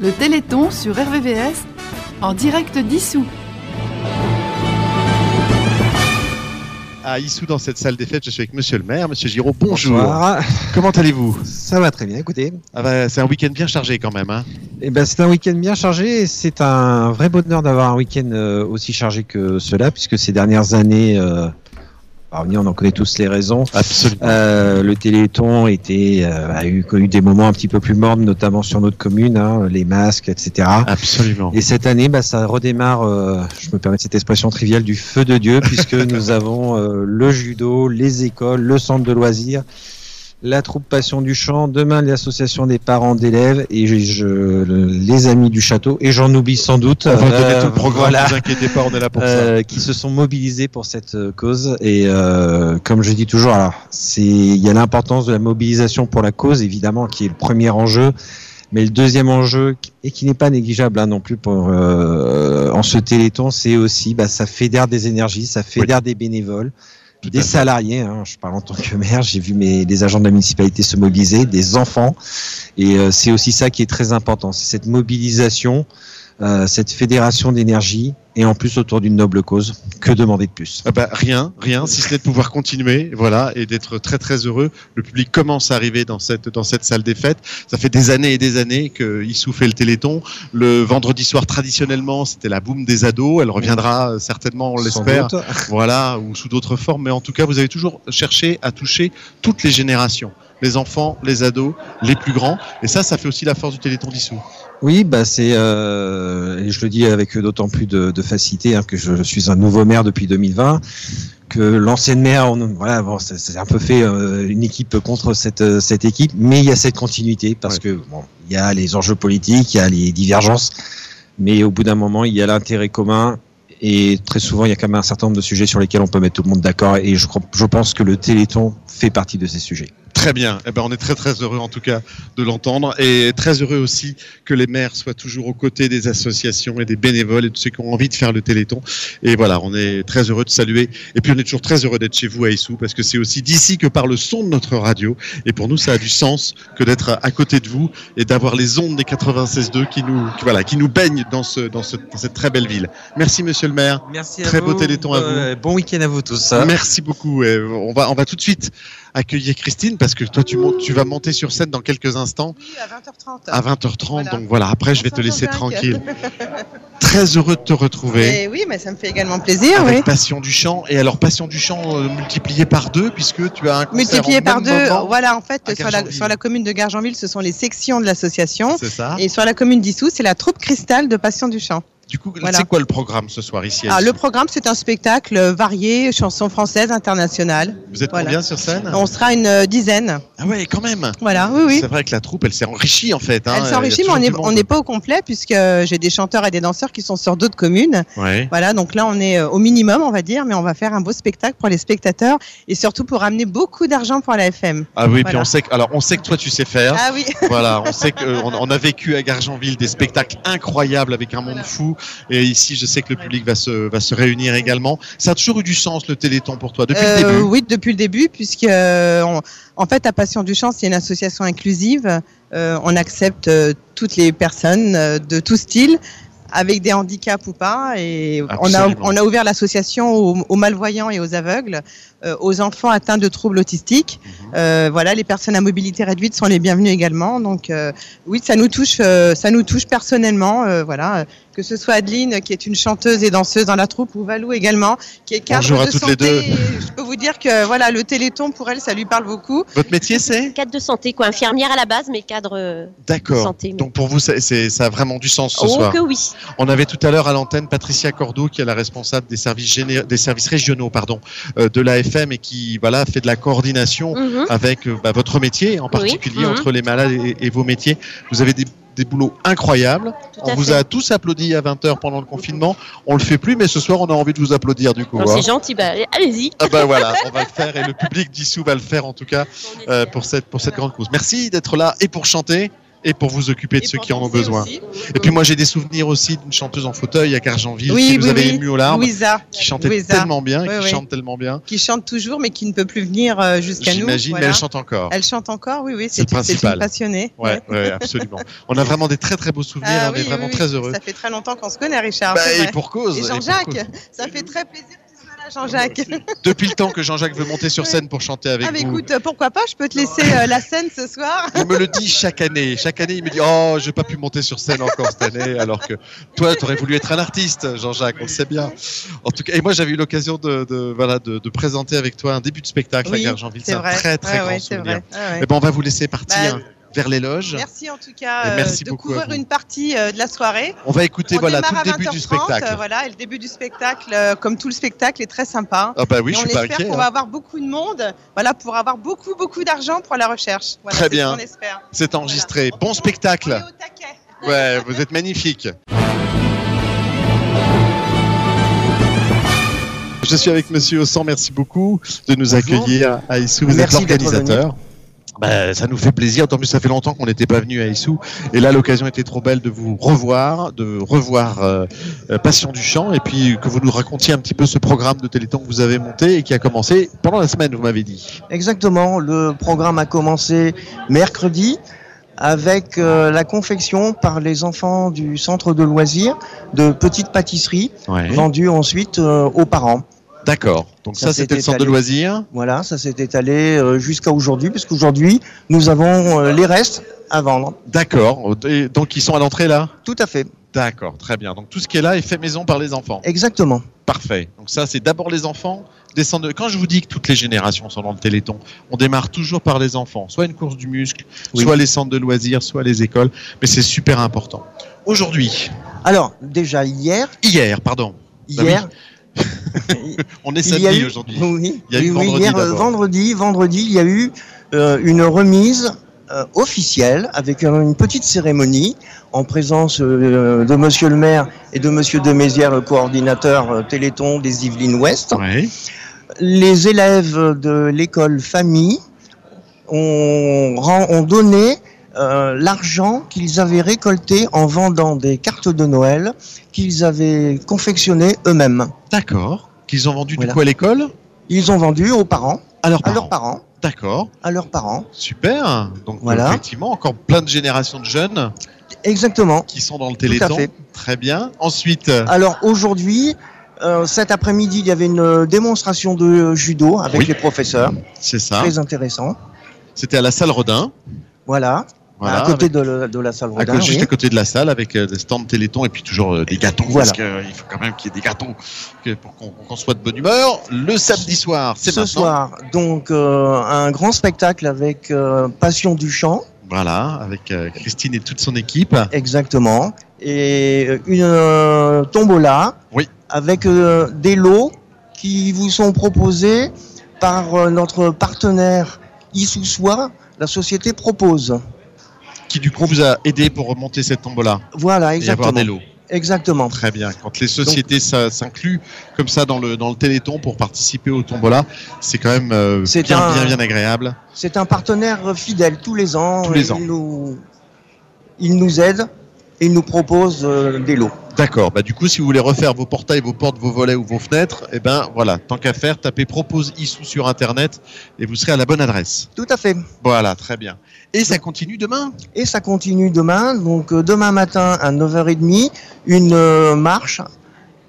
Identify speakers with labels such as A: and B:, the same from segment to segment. A: le Téléthon sur RVVS en direct d'Issou.
B: à Issou dans cette salle des fêtes. Je suis avec Monsieur le maire, Monsieur Giraud. Bonjour. Comment allez-vous
C: Ça va très bien, écoutez.
B: Ah bah, C'est un week-end bien chargé quand même. Hein
C: Eh ben, c'est un week-end bien chargé. et C'est un vrai bonheur d'avoir un week-end euh, aussi chargé que cela, puisque ces dernières années, euh, bah, on y- on en connaît tous les raisons.
B: Absolument.
C: Euh, le Téléthon était, euh, a eu connu des moments un petit peu plus mornes, notamment sur notre commune, hein, les masques, etc.
B: Absolument.
C: Et cette année, bah, ça redémarre, euh, je me permets cette expression triviale, du feu de Dieu, puisque nous avons euh, le judo, les écoles, le centre de loisirs, la troupe Passion du Champ, demain l'association des parents d'élèves et je, je- les amis du château, et j'en oublie sans doute,
B: On va
C: euh,
B: donner tout le programme,
C: voilà,
B: ne vous inquiétez pas, on est là pour ça.
C: euh, qui se sont mobilisés pour cette euh, cause. Et euh, comme je dis toujours, alors, c'est- il y a l'importance de la mobilisation pour la cause, évidemment, qui est le premier enjeu. Mais le deuxième enjeu, qui- et qui n'est pas négligeable hein, non plus pour, euh, en ce téléthon, c'est aussi, bah, ça fédère des énergies, ça fédère des bénévoles,
B: Tout à
C: des
B: fait.
C: salariés. hein. je parle en tant que maire, j'ai vu mes, les agents de la municipalité se mobiliser, des enfants. Et euh, c'est aussi ça qui est très important, c'est cette mobilisation, euh, cette fédération d'énergie, et en plus autour d'une noble cause. Que demander de plus
B: Ah bah, rien, rien, si ce n'est de pouvoir continuer, voilà, et d'être très très heureux. Le public commence à arriver dans cette dans cette salle des fêtes. Ça fait des années et des années que Issou fait le Téléthon. Le vendredi soir traditionnellement, c'était la boum des ados. Elle reviendra euh, certainement, on
C: Sans
B: l'espère,
C: doute.
B: voilà, ou sous d'autres formes. Mais en tout cas, vous avez toujours cherché à toucher toutes les générations, les enfants, les ados, les plus grands. Et ça, ça fait aussi la force du Téléthon d'Issou.
C: Oui, bah c'est, euh, et je le dis avec d'autant plus de, de facilité hein, que je suis un nouveau maire depuis 2020, que l'ancienne maire, on, voilà, bon, c'est- c'est un peu fait euh, une équipe contre cette euh, cette équipe, mais il y a cette continuité parce que bon, il y a les enjeux politiques, il y a les divergences, mais au bout d'un moment, il y a l'intérêt commun. Et très souvent, il y a quand même un certain nombre de sujets sur lesquels on peut mettre tout le monde d'accord. Et je, crois- je pense que le Téléthon fait partie de ces sujets.
B: Très bien. Eh ben, on est très très heureux en tout cas de l'entendre et très heureux aussi que les maires soient toujours aux côtés des associations et des bénévoles et de ceux qui ont envie de faire le Téléthon. Et voilà, on est très heureux de saluer. Et puis on est toujours très heureux d'être chez vous à Issou parce que c'est aussi d'ici que parle le son de notre radio. Et pour nous, ça a du sens que d'être à côté de vous et d'avoir les ondes des 96.2 qui nous qui, voilà qui nous baignent dans ce dans, ce- dans cette très belle ville. Merci Monsieur le maire.
C: Merci
B: à Très beau vous. Téléthon à vous. Euh,
C: Bon week-end à vous tous. hein.
B: Merci beaucoup. Et on va on va tout de suite accueillir Christine parce que toi tu montes, tu vas monter sur scène dans quelques instants.
D: Oui, à 20h30.
B: à 20h30.
D: Voilà.
B: Donc voilà, après, Ah, bah, je vais te laisser
D: 155.
B: tranquille. Très heureux de te retrouver.
D: Mais Eh oui, mais ça me fait également plaisir,
B: avec
D: oui.
B: Passion du Chant. Et alors, Passion du Chant euh, multiplié par deux, puisque tu as un concert
D: Multiplié
B: en
D: par
B: même
D: deux, euh,
B: moment.
D: voilà, en fait,
B: à
D: sur la,
B: Gargenville.
D: sur la commune de Gargenville, ce sont les sections de l'association.
B: C'est ça.
D: Et sur la commune d'Issou, c'est la troupe cristal de Passion du Chant.
B: du coup,
D: voilà.
B: c'est quoi le programme ce soir ici à
D: Alors, le
B: Issou
D: programme, c'est un spectacle varié, chansons françaises, internationales.
B: Vous êtes
D: voilà.
B: combien sur scène
D: On sera une euh, dizaine.
B: Ah ouais, quand même.
D: Voilà, oui, oui.
B: Ah. C'est vrai que la troupe, elle s'est enrichie en fait. hein.
D: Elle
B: Il y a
D: s'enrichit, mais
B: toujours
D: on n'est
B: du monde.
D: on n'est pas au complet puisque euh, j'ai des chanteurs et des danseurs qui sont sur d'autres communes.
B: Ouais.
D: Voilà, donc là, on est euh, au minimum, on va dire, mais on va faire un beau spectacle pour les spectateurs et surtout pour amener beaucoup d'argent pour la FM.
B: Ah oui, puis
D: Voilà.
B: on sait que, alors on sait que toi tu sais faire.
D: Ah oui.
B: Voilà, on sait qu'on on a vécu à Gargenville des spectacles incroyables avec un monde fou. Et ici, je sais que le public va se, va se réunir également. Ça a toujours eu du sens, le Téléthon, pour toi, depuis le
D: Euh,
B: début.
D: Oui, depuis le début, puisque euh, on- en fait, à Passion du Champ, c'est une association inclusive. Euh, on accepte euh, toutes les personnes euh, de tout style, avec des handicaps ou pas. Et on a,
B: Absolument.
D: on a ouvert l'association aux, aux malvoyants et aux aveugles, euh, aux enfants atteints de troubles autistiques. Euh, voilà, les personnes à mobilité réduite sont les bienvenues également. Donc, euh, oui, ça nous touche, euh, ça nous touche personnellement. euh, voilà, que ce soit Adeline, qui est une chanteuse et danseuse dans la troupe, ou Valou également, qui est cadre
B: Bonjour à
D: de
B: toutes les
D: santé.
B: deux.
D: et Je peux vous dire que voilà, le Téléthon pour elle, ça lui parle beaucoup.
B: Votre métier, c'est
E: cadre de santé, quoi. Infirmière à la base, mais cadre euh, de
B: D'accord.
E: santé.
B: Donc pour vous, c'est- c'est- ça a vraiment du sens ce
E: oh,
B: soir.
E: que oui.
B: On avait tout à l'heure à l'antenne Patricia Cordeau, qui est la responsable des services, géné- des services régionaux pardon, euh, de l'AFM et qui voilà, fait de la coordination
E: Mhm.
B: avec euh, bah, votre métier, en particulier
E: mhm.
B: entre les malades et, et vos métiers. Vous avez des, des boulots incroyables.
E: Tout
B: On
E: à
B: vous
E: fait.
B: a tous applaudi à 20h pendant le confinement. On le fait plus, mais ce soir, on a envie de vous applaudir du coup.
E: Non,
B: hein.
E: C'est gentil, bah, allez-y.
B: Ah bah voilà, on va le faire et le public d'Issou va le faire en tout cas
E: On
B: euh,
E: espère.
B: pour cette pour cette grande cause. Merci d'être là et pour chanter. et pour vous occuper de
D: Et
B: ceux
D: pour
B: qui en ont
D: danser
B: besoin.
D: aussi.
B: Et puis moi j'ai des souvenirs aussi d'une chanteuse en fauteuil à Gargenville
D: Oui,
B: qui nous
D: oui,
B: avait
D: oui.
B: ému aux larmes,
D: Louisa,
B: qui chantait
D: Louisa.
B: tellement bien, et
D: Oui,
B: qui
D: oui.
B: chante tellement bien.
D: qui chante toujours, mais qui ne peut plus venir euh, jusqu'à nous.
B: J'imagine,
D: voilà. Ah,
B: mais elle chante encore.
D: Elle chante encore, oui, oui,
B: C'est le
D: c'est une- c'est
B: principal.
D: une passionnée.
B: Ouais, ouais, absolument. On a vraiment des très très beaux souvenirs,
D: Ah
B: on
D: oui,
B: est vraiment
D: oui, oui.
B: très heureux.
D: Ça fait très longtemps qu'on se connaît, Richard.
B: Bah,
D: c'est
B: et
D: vrai.
B: pour cause.
D: Et
B: et pour
D: Jean-Jacques,
B: cause.
D: ça fait très plaisir que tu sois là, Jean-Jacques.
B: Depuis le temps que Jean-Jacques veut monter sur scène pour chanter avec
D: Ah, mais
B: vous.
D: écoute, pourquoi pas Je peux te laisser euh, la scène ce soir.
B: Il me le dit chaque année. Chaque année, il me dit Oh, j'ai pas pu monter sur scène encore cette année, alors que toi, tu aurais voulu être un artiste, Jean-Jacques, on le sait bien. En tout cas, et moi, j'avais eu l'occasion de, de- voilà, de, de présenter avec toi un début de spectacle
D: Oui,
B: à Gargenville.
D: C'est
B: C'est un
D: vrai.
B: très, très
D: Ouais,
B: grand
D: ouais, c'est
B: souvenir.
D: vrai. Ouais, ouais.
B: Eh ben, on va vous laisser partir
D: Bah,
B: vers les loges.
D: Merci en tout cas
B: Et
D: euh,
B: merci
D: de
B: beaucoup à
D: couvrir
B: vous.
D: une partie euh, de la soirée.
B: On va écouter
D: on
B: voilà, tout
D: démarre
B: le
D: à
B: début
D: 20h30,
B: du spectacle.
D: euh, voilà, et le début du spectacle, euh, comme tout le spectacle, est très sympa.
B: Ah, bah oui,
D: Et
B: je
D: on
B: suis pas
D: espère
B: inquiet.
D: qu'on
B: hein.
D: va avoir beaucoup de monde, voilà, pour avoir beaucoup, beaucoup d'argent pour la recherche. Voilà,
B: Très
D: c'est ce
B: bien.
D: qu'on espère.
B: C'est enregistré. Bon
D: On est
B: spectacle.
D: au taquet.
B: Ouais, vous êtes magnifique. Je suis avec Monsieur Ossan, merci beaucoup de nous
C: Bonjour.
B: accueillir à Issou. Vous
C: Merci
B: êtes
C: d'être
B: l'organisateur. Bah, ça nous fait plaisir, tant mieux, ça fait longtemps qu'on n'était pas venu à Issou. Et là, l'occasion était trop belle de vous revoir, de revoir euh, euh, Passion du Chant, et puis que vous nous racontiez un petit peu ce programme de Téléthon que vous avez monté et qui a commencé pendant la semaine, vous m'avez dit.
F: Exactement, le programme a commencé mercredi avec euh, la confection par les enfants du centre de loisirs de petites pâtisseries vendues ensuite euh, aux parents.
B: D'accord. Donc ça,
F: Ça s'est
B: c'était le centre de
F: étalé.
B: loisirs.
F: Voilà, ça s'est étalé euh, jusqu'à aujourd'hui, puisqu'aujourd'hui nous avons euh, les restes à vendre.
B: D'accord. Et donc ils sont à l'entrée là
F: Tout à fait,
B: D'accord, très bien. Donc tout ce qui est là est fait maison par les enfants.
F: exactement.
B: Parfait. Donc ça, c'est d'abord les enfants. Descendre... de- Quand je vous dis que toutes les générations sont dans le Téléthon, on démarre toujours par les enfants. Soit une course du muscle,
F: Oui.
B: soit les centres de loisirs, soit les écoles. Mais c'est super important. Aujourd'hui,
F: Alors déjà hier,
B: hier, pardon. Ah oui.
F: hier,
B: On est
F: Il y a
B: samedi
F: eu-
B: aujourd'hui.
F: Oui,
B: Il y a eu
F: oui, oui,
B: vendredi
F: hier, euh,
B: d'abord.
F: vendredi, vendredi, il y a eu euh, une remise euh, officielle avec euh, une petite cérémonie en présence euh, de Monsieur le maire et de Monsieur de Mézières, le coordinateur euh, Téléthon des Yvelines Ouest.
B: Ouais.
F: Les élèves de l'école famille ont, ren- ont donné euh, l'argent qu'ils avaient récolté en vendant des cartes de Noël qu'ils avaient confectionnées eux-mêmes.
B: D'accord. Qu'ils ont vendu du
F: Voilà.
B: coup à l'école
F: Ils ont vendu aux parents,
B: À leurs
F: à
B: parents.
F: leurs parents,
B: D'accord.
F: à leurs parents.
B: Super. Donc
F: Voilà.
B: effectivement, encore plein de générations de jeunes
F: Exactement.
B: qui sont dans le
F: à
B: Téléthon.
F: fait. Ah.
B: Très bien. Ensuite, euh,
F: Alors aujourd'hui, euh, cet après-midi, il y avait une euh, démonstration de euh, judo avec
B: Oui. Ah.
F: les professeurs,
B: c'est ça.
F: très intéressant.
B: C'était à la salle Rodin.
F: Voilà,
B: Voilà,
F: à côté de, le- de la salle
B: À
F: Rodin.
B: côté- juste
F: oui.
B: à côté de la salle avec euh, des stands Téléthon et puis toujours euh, des gâteaux
F: Voilà.
B: parce qu'il faut quand même qu'il y ait des gâteaux que- pour qu'on qu'on soit de bonne humeur. Le samedi soir, c'est
F: Ce
B: maintenant.
F: soir, donc euh, un grand spectacle avec euh, Passion du chant,
B: Voilà, avec euh, Christine et toute son équipe.
F: exactement, et euh, une euh, tombola
B: Oui.
F: avec euh, des lots qui vous sont proposés par euh, notre partenaire Issousois, la société propose.
B: Qui du coup vous a aidé pour remonter cette tombola
F: Voilà,
B: et avoir
F: exactement.
B: des lots.
F: Exactement.
B: Très bien. Quand les sociétés ça- s'incluent comme ça dans le, dans le Téléthon pour participer au tombola, c'est quand même euh,
F: C'est
B: bien,
F: un-
B: bien, bien agréable.
F: C'est un partenaire fidèle tous les ans.
B: Tous les
F: Il
B: ans.
F: nous, il nous aide et il nous propose euh, des lots.
B: D'accord. Bah, du coup, si vous voulez refaire vos portails, vos portes, vos volets ou vos fenêtres, eh ben, voilà. Tant qu'à faire, tapez propose Issou sur Internet et vous serez à la bonne adresse.
F: Tout à fait.
B: Voilà, très bien. Et ça continue demain
F: Et ça continue demain. Donc euh, demain matin à 9h30, une euh, marche,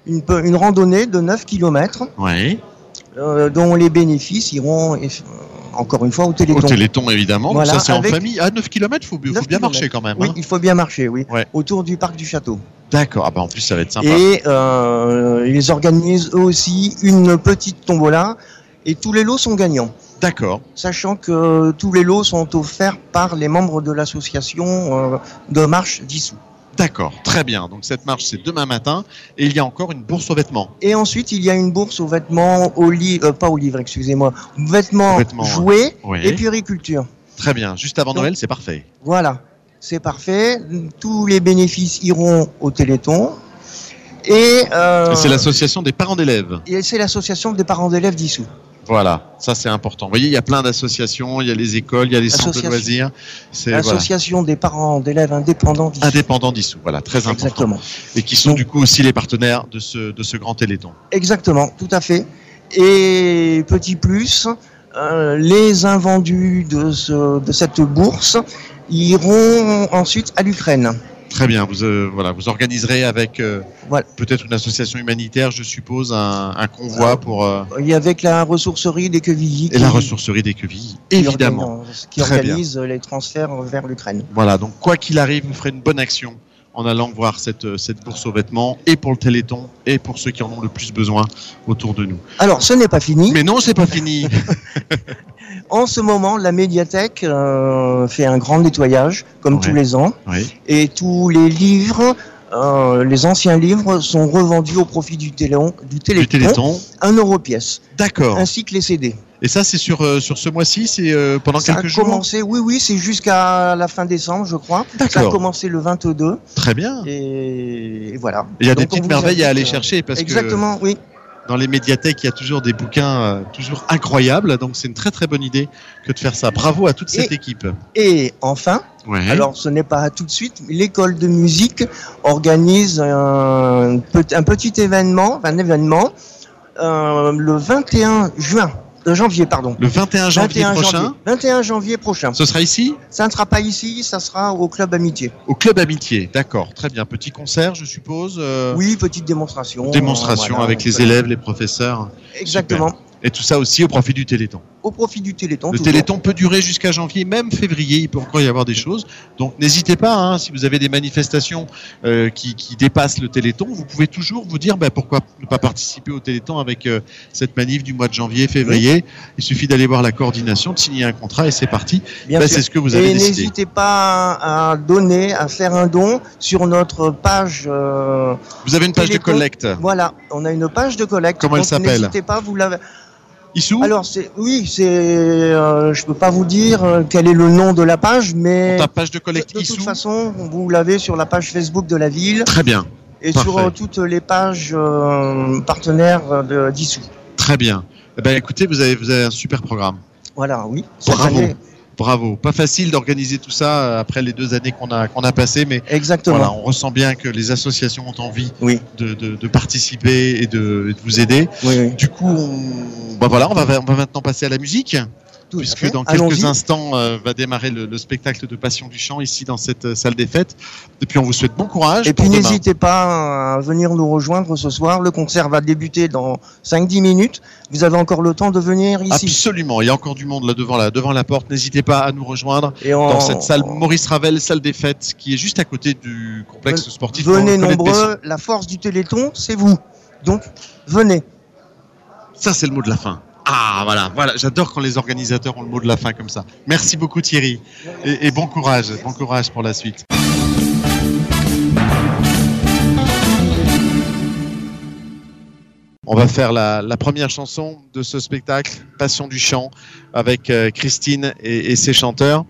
F: une, pe- une randonnée de 9 km
B: Oui.
F: dont les bénéfices iront euh, encore une fois au
B: Au
F: Téléthon.
B: Téléthon, évidemment.
F: Voilà,
B: ça, c'est en
F: avec-
B: famille. À 9 km, il faut, bien- faut
F: 9
B: bien
F: kilomètres.
B: marcher quand même.
F: oui,
B: hein.
F: il faut bien marcher, oui.
B: Ouais.
F: Autour du parc du château.
B: D'accord. Ah, bah, en plus, ça va être sympa.
F: Et euh, ils organisent eux aussi une petite tombola et tous les lots sont gagnants.
B: D'accord.
F: sachant que tous les lots sont offerts par les membres de l'association euh, de marche dissous.
B: D'accord. Très bien. Donc, cette marche, c'est demain matin. Et il y a encore une bourse aux vêtements.
F: Et ensuite, il y a une bourse aux vêtements, aux li- euh, pas aux livres, excusez-moi, aux vêtements,
B: Aux vêtements,
F: jouets
B: Oui.
F: et puériculture.
B: Très bien. Juste avant
F: Donc-
B: Noël, c'est parfait.
F: Voilà, c'est parfait. Tous les bénéfices iront au Téléthon. Et, euh,
B: Et C'est l'association des parents d'élèves.
F: et c'est l'association des parents d'élèves dissous.
B: Voilà, ça c'est important. Vous voyez, il y a plein d'associations, il y a les écoles, il y a les centres de
F: Association.
B: loisirs. C'est voilà,
F: L'association des parents d'élèves indépendants d'ici.
B: indépendants dissous, voilà, très important.
F: Exactement.
B: Et qui sont du coup aussi les partenaires de ce, de ce grand téléthon.
F: Exactement, tout à fait. Et petit plus, euh, les invendus de, ce- de cette bourse iront ensuite à l'Ukraine.
B: Très bien, vous, euh, voilà, vous organiserez avec euh,
F: Voilà.
B: peut-être une association humanitaire, je suppose, un, un convoi pour euh,
F: Et avec la ressourcerie des Quevilly.
B: et la ressourcerie des Quevilles, évidemment.
F: organise- Qui
B: Très
F: organise les transferts vers l'Ukraine.
B: Voilà, donc quoi qu'il arrive, vous ferez une bonne action en allant voir cette, euh, cette bourse aux vêtements et pour le Téléthon et pour ceux qui en ont le plus besoin autour de nous.
F: Alors, ce n'est pas fini.
B: Mais non, c'est pas fini.
F: En ce moment, la médiathèque euh, fait un grand nettoyage, comme
B: Ouais.
F: tous les ans.
B: Oui,
F: et tous les livres, euh, les anciens livres, sont revendus au profit du, télé- du
B: du
F: Téléthon,
B: Téléthon.
F: 1 euro pièce,
B: D'accord.
F: ainsi que les CD.
B: Et ça, c'est sur, euh, sur ce mois-ci, c'est euh, pendant
F: ça a
B: quelques jours.
F: commencé, oui, oui, c'est jusqu'à la fin décembre, je crois. Ça a
B: D'accord.
F: commencé le 22,
B: Très bien.
F: et, et voilà.
B: Il y a
F: Donc,
B: des
F: on
B: petites
F: vous
B: merveilles à
F: invite,
B: aller
F: euh,
B: chercher parce
F: Exactement, oui.
B: que dans les médiathèques, il y a toujours des bouquins euh, toujours incroyables. Donc, c'est une très très bonne idée que de faire ça. Bravo à toute cette équipe.
F: Et enfin,
B: Ouais.
F: alors ce n'est pas tout de suite, mais l'école de musique organise un, pe- un petit événement, un événement, euh, le 21 juin, euh, janvier, pardon.
B: le 21 janvier
F: 21
B: prochain,
F: janvier. 21 janvier prochain.
B: ce sera ici
F: Ça ne sera pas ici, ça sera au club Amitié.
B: au Club Amitié. D'accord, très bien. Petit concert, je suppose. euh,
F: Oui, petite démonstration.
B: Démonstration
F: euh, voilà,
B: avec les
F: voilà.
B: élèves, les professeurs.
F: Exactement.
B: Et tout ça aussi au profit du Téléthon.
F: Au profit du Téléthon.
B: Le
F: toujours.
B: Téléthon peut durer jusqu'à janvier, même février, il peut encore y avoir des choses. Donc n'hésitez pas, hein, si vous avez des manifestations euh, qui, qui dépassent le Téléthon, vous pouvez toujours vous dire bah, pourquoi ne pas participer au Téléthon avec euh, cette manif du mois de janvier, février. Il suffit d'aller voir la coordination, de signer un contrat et c'est parti.
F: Bien
B: Bah,
F: sûr.
B: c'est ce que vous avez
F: Et
B: décidé.
F: n'hésitez pas à donner, à faire un don sur notre page. euh,
B: Vous avez une page
F: Téléthon.
B: de collecte.
F: voilà, on a une page de collecte.
B: Comment elle
F: donc
B: s'appelle
F: N'hésitez pas, vous l'avez.
B: Issou,
F: Alors, c'est oui, c'est. euh, je peux pas vous dire euh, quel est le nom de la page, mais
B: ta page de
F: de,
B: collecte
F: euh, de
B: Issou.
F: toute façon, vous l'avez sur la page Facebook de la ville.
B: Très bien.
F: et
B: Parfait.
F: sur euh, toutes les pages euh, partenaires euh, de d'Issou.
B: Très bien. Eh ben, écoutez, vous avez, vous avez un super programme.
F: Voilà, oui.
B: Bravo.
F: Cette année,
B: Bravo. Pas facile d'organiser tout ça euh, après les deux années qu'on a, qu'on a passées, mais
F: Exactement.
B: voilà, on ressent bien que les associations ont envie
F: Oui.
B: de, de, de participer et de, et de vous aider.
F: Oui, oui,
B: Du coup, on, bah voilà, on, va, on va maintenant passer à la musique,
F: tout à
B: puisque
F: fait.
B: dans
F: Allons-y.
B: quelques instants euh, va démarrer le, le spectacle de Passion du Chant ici dans cette euh, salle des fêtes. Et puis on vous souhaite bon courage.
F: Et
B: pour
F: puis
B: demain.
F: n'hésitez pas à venir nous rejoindre ce soir. Le concert va débuter dans 5-10 minutes. Vous avez encore le temps de venir
B: Ah,
F: ici.
B: Absolument, il y a encore du monde là devant la, devant la porte. N'hésitez pas à nous rejoindre
F: Et en-
B: dans cette salle Maurice Ravel, salle des fêtes, qui est juste à côté du complexe sportif.
F: Venez
B: Colette Besson.
F: nombreux. La force du Téléthon, c'est vous. Donc, venez.
B: Ça, c'est le mot de la fin. Ah, voilà, voilà. J'adore quand les organisateurs ont le mot de la fin comme ça. Merci beaucoup, Thierry. Et, et bon courage. Bon courage pour la suite. On va faire la, la première chanson de ce spectacle, Passion du chant, avec euh, Christine et, et ses chanteurs.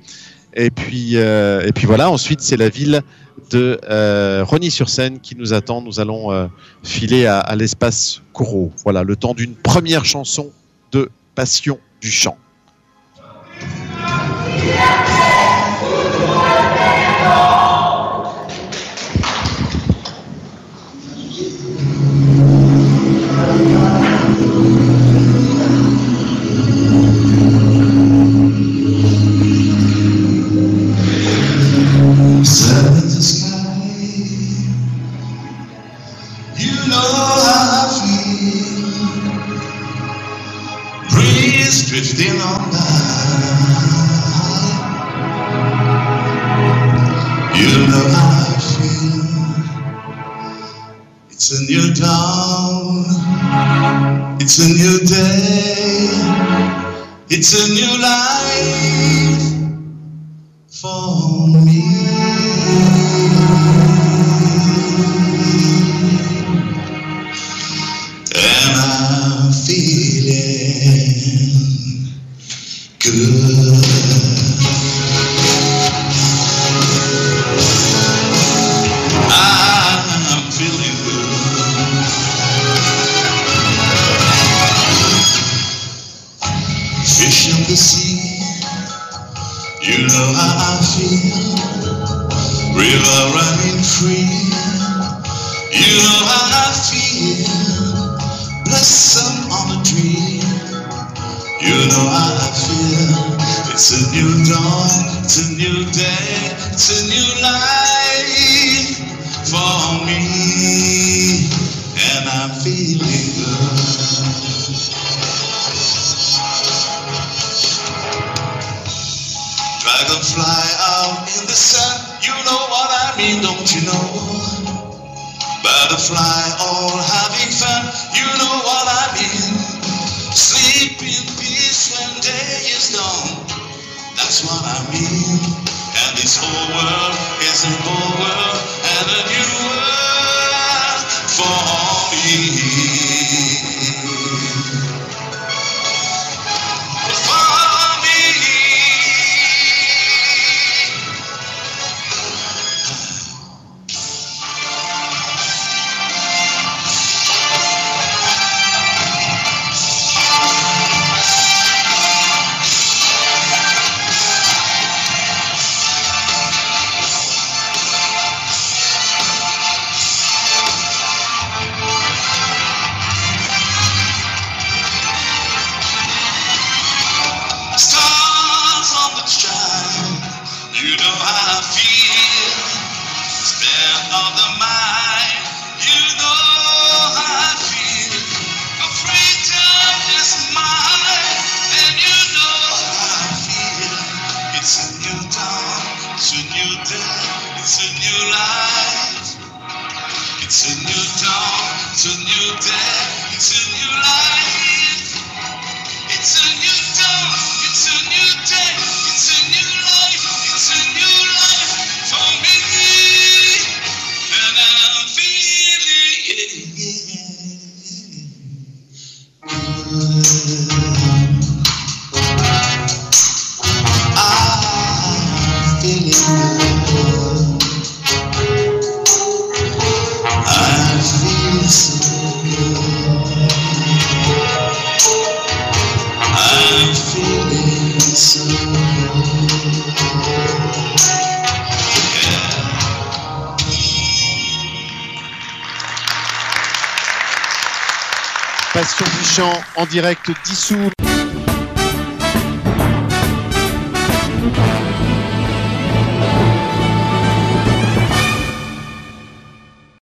B: Et puis, euh, et puis voilà, ensuite, c'est la ville de euh, Rony-sur-Seine qui nous attend. Nous allons euh, filer à, à l'espace Corot. Voilà, le temps d'une première chanson de Passion du chant.
G: You know how I feel. Breeze drifting on by. You know how I feel. It's a new dawn. It's a new day. It's a new life for me. And I'm feeling good. I'm feeling good. River running free, you know how I feel. Blossom on a tree, you know how I feel. It's a new dawn, it's a new day, it's a new life for me, and I'm feeling good. Dragonfly out in the sun, you know what I mean, don't you know? Butterfly all having fun, you know what I mean. Sleep in peace when day is gone, that's what I mean. And this whole world is a whole world and a new world for me. For me. Stars on the sky, you know how I feel. Spare of the mind, you know how I feel. The freedom is mine, and you know how I feel. It's a new dawn, it's a new day, it's a new life. It's a new dawn, it's a new day, it's a new life. It's a new dawn, it's a new day, it's a new life, it's a new life for me. And I'm feeling good. I'm feeling good. I feel so good. I'm feeling so good. Yeah.
B: Passion du chant en direct dissous.